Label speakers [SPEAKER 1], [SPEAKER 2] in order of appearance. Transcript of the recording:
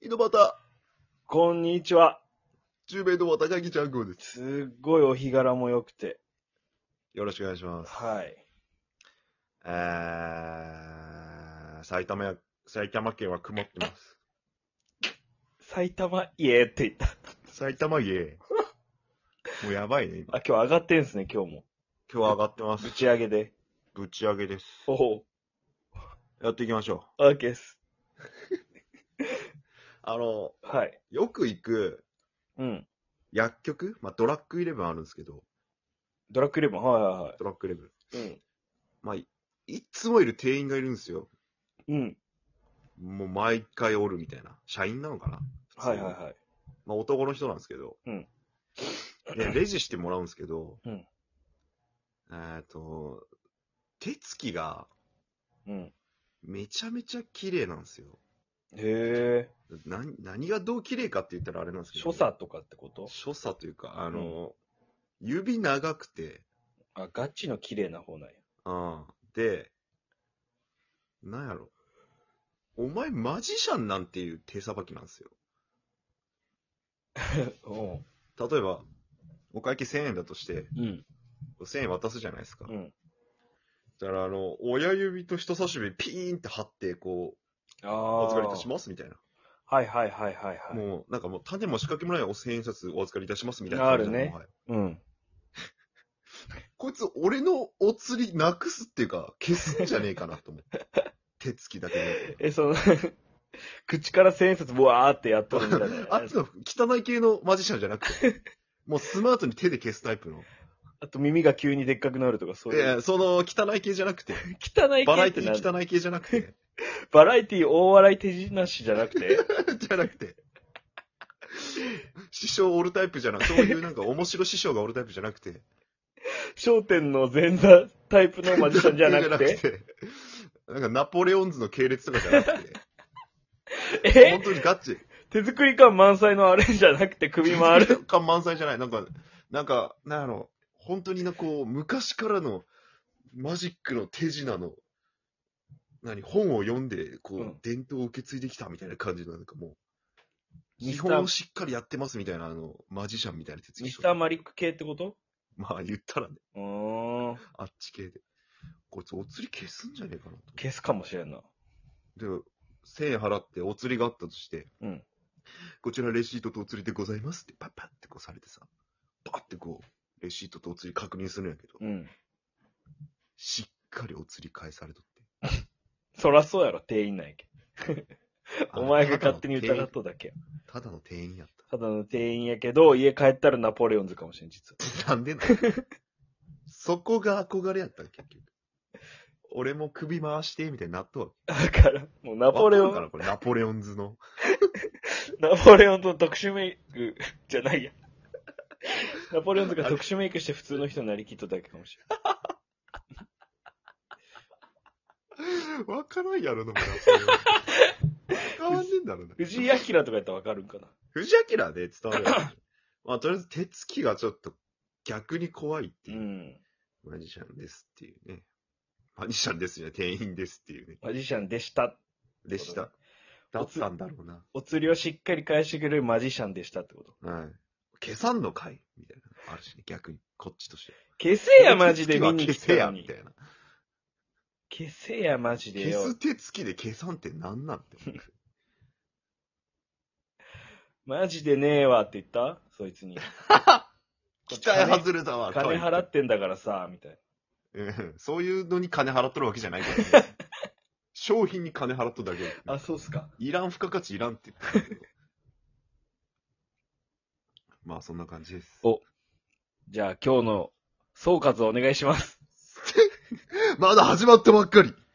[SPEAKER 1] 井戸端、
[SPEAKER 2] こんにちは。
[SPEAKER 1] 中米井戸端会議ちゃんくんです。
[SPEAKER 2] すっごいお日柄も良くて。
[SPEAKER 1] よろしくお願いします。
[SPEAKER 2] はい。
[SPEAKER 1] えー、埼玉や、埼玉県は曇ってます。
[SPEAKER 2] 埼玉家って言った。
[SPEAKER 1] 埼玉 家。もうやばいね、今
[SPEAKER 2] あ、今日上がってんすね、今日も。
[SPEAKER 1] 今日上がってます
[SPEAKER 2] ぶ。ち上げで。
[SPEAKER 1] ぶち上げです。
[SPEAKER 2] おお。
[SPEAKER 1] やっていきましょ
[SPEAKER 2] オーケーっす。
[SPEAKER 1] う。あの、
[SPEAKER 2] はい。
[SPEAKER 1] よく行く
[SPEAKER 2] うん。
[SPEAKER 1] 薬局、まあ、ドラッグイレブンあるんですけど、
[SPEAKER 2] ドラッグイレブン、はいは
[SPEAKER 1] ドラッグイレブン。
[SPEAKER 2] いはい。
[SPEAKER 1] まあ、いいつもいる店員がいるんですよ。
[SPEAKER 2] うん。うん。
[SPEAKER 1] もう毎回おるみたいな。社員なのかな
[SPEAKER 2] はいはいはい。
[SPEAKER 1] まあ、男の人なんですけど、
[SPEAKER 2] うん
[SPEAKER 1] で、レジしてもらうんですけど、
[SPEAKER 2] うん
[SPEAKER 1] えーっと、手つきが
[SPEAKER 2] うん。
[SPEAKER 1] めちゃめちゃ綺麗なんですよ。
[SPEAKER 2] へえ。
[SPEAKER 1] な何がどう綺麗かって言ったらあれなんですけど、
[SPEAKER 2] 所作とかってこと
[SPEAKER 1] 所作というか、あの、指長くて、
[SPEAKER 2] あ、ガチの綺麗な方なんや。
[SPEAKER 1] うん、で、なんやろ、お前マジシャンなんていう手さばきなんですよ。
[SPEAKER 2] うん。
[SPEAKER 1] 例えば、お会計1000円だとして、
[SPEAKER 2] うん。
[SPEAKER 1] 1000円渡すじゃないですか。
[SPEAKER 2] うん。
[SPEAKER 1] だから、あの、親指と人差し指ピーンって張って、こ
[SPEAKER 2] あ
[SPEAKER 1] う、
[SPEAKER 2] あ。
[SPEAKER 1] お預かりいたしますみたいな。
[SPEAKER 2] はいはいはいはいはい。
[SPEAKER 1] もう、なんかもう、種も仕掛けもないお千円札お預かりいたしますみたいな
[SPEAKER 2] あ
[SPEAKER 1] 感
[SPEAKER 2] る
[SPEAKER 1] じなの。
[SPEAKER 2] ね
[SPEAKER 1] はい
[SPEAKER 2] うん。
[SPEAKER 1] こいつ、俺のお釣りなくすっていうか、消すんじゃねえかなと思 って。手つきだけで。。
[SPEAKER 2] え、その、 口から千円札ブワーってやっとるみたいな
[SPEAKER 1] あっちの汚い系のマジシャンじゃなくて、 もうスマートに手で消すタイプの。
[SPEAKER 2] あと耳が急にでっかくなるとかそう
[SPEAKER 1] い
[SPEAKER 2] いう。
[SPEAKER 1] やその汚い系じゃなくて、
[SPEAKER 2] 汚い系
[SPEAKER 1] バラエ
[SPEAKER 2] っ
[SPEAKER 1] テ
[SPEAKER 2] て
[SPEAKER 1] ィ
[SPEAKER 2] なんだ
[SPEAKER 1] ー汚い系じゃなくて、
[SPEAKER 2] バラエティ大笑い手品師じゃなく て
[SPEAKER 1] じゃなくて、師匠おるタイプじゃなくそういうなんか面白師匠がおるタイプじゃなくて、
[SPEAKER 2] 商店の前座タイプのマジシャンじゃなくて
[SPEAKER 1] て。 なんかナポレオンズの系列とかじゃなくて、
[SPEAKER 2] え
[SPEAKER 1] 本当にガチ。
[SPEAKER 2] 手作り感満載のあれじゃなくて首回 る
[SPEAKER 1] 感満載じゃ ない。なんか、なんか、なんやろ、本当にな、こう、昔からのマジックの手品の、何、本を読んで、こう、
[SPEAKER 2] うん
[SPEAKER 1] 伝統を受け継いできたみたいな感じの、なんかもう、
[SPEAKER 2] ミ
[SPEAKER 1] 基
[SPEAKER 2] スター
[SPEAKER 1] 本をしっかりやってますみたいな、あの、マジシャンみたいな手つき
[SPEAKER 2] ミ
[SPEAKER 1] し
[SPEAKER 2] ス
[SPEAKER 1] とる
[SPEAKER 2] ターマリック系ってこと
[SPEAKER 1] まあ言ったらね、
[SPEAKER 2] うーん
[SPEAKER 1] あっち系で。こいつお釣り消すんじゃねえかなと。
[SPEAKER 2] 消すかもしれんな
[SPEAKER 1] で、1000円払ってお釣りがあったとして、
[SPEAKER 2] うん
[SPEAKER 1] こちらレシートとお釣りでございますって、パッパッってこうされてさ、パッってこう、レシートとお釣り確認するんやけど、
[SPEAKER 2] うん
[SPEAKER 1] しっかりお釣り返されとっ
[SPEAKER 2] そらそうやろ店員なんやけ
[SPEAKER 1] て
[SPEAKER 2] 。お前が勝手に疑
[SPEAKER 1] 疑
[SPEAKER 2] っとだけや
[SPEAKER 1] ただの店員やった
[SPEAKER 2] だの店員やけど家帰ったらナポレオンズかもしれん実は
[SPEAKER 1] た。なんでな そこが憧れやったん結局。俺も首回して、みたいになっとる。
[SPEAKER 2] だからもうナポレオ
[SPEAKER 1] わかる
[SPEAKER 2] ン
[SPEAKER 1] かなこれナポレオンズの。
[SPEAKER 2] ナポレオンズの特殊メイクじゃないやナポレオンズが特殊メイクして普通の人になりきっとだけかもしれん
[SPEAKER 1] わからんやろな、もうナポ レオンズ。わからんねえんだろうな。
[SPEAKER 2] 藤井明とかやったらわかるんかな。
[SPEAKER 1] 藤明で伝わるよ ね。まあ、とりあえず手つきがちょっと逆に怖いって
[SPEAKER 2] う
[SPEAKER 1] いう、
[SPEAKER 2] ん。
[SPEAKER 1] マジシャンですっていうね。マジシャンですね、店員ですっていうね。
[SPEAKER 2] マジシャンでした。
[SPEAKER 1] でした。だ
[SPEAKER 2] お
[SPEAKER 1] っ
[SPEAKER 2] つ
[SPEAKER 1] たんだろうな。
[SPEAKER 2] お釣りをしっかり返してくれるマジシャンでしたってこと。
[SPEAKER 1] はい。消さんのかいみたいな。あるしね、逆に。こっちとして。
[SPEAKER 2] 消せや、マジで見に来
[SPEAKER 1] 手つきは消せ
[SPEAKER 2] た
[SPEAKER 1] や、
[SPEAKER 2] の
[SPEAKER 1] み
[SPEAKER 2] に
[SPEAKER 1] た。いな。
[SPEAKER 2] 消せや、マジでよ
[SPEAKER 1] 消。す手つきで消さんってなんなんて 思う。
[SPEAKER 2] マジでねえわって言ったそいつ に。こっ
[SPEAKER 1] 期
[SPEAKER 2] ち金
[SPEAKER 1] 待外れだわ、
[SPEAKER 2] 金
[SPEAKER 1] とは
[SPEAKER 2] 払ってんだからさ、みたい
[SPEAKER 1] 言ってうんそういうのに金払っとるわけじゃないから、 ね。商品に金払っとるだけ。
[SPEAKER 2] な。あ、そうっすか。
[SPEAKER 1] いらん、付加価値いらんって言って たけど。まあ、そんな感じです。
[SPEAKER 2] おじゃあ今日の総括をお願いします。
[SPEAKER 1] まだ始まったばっかり。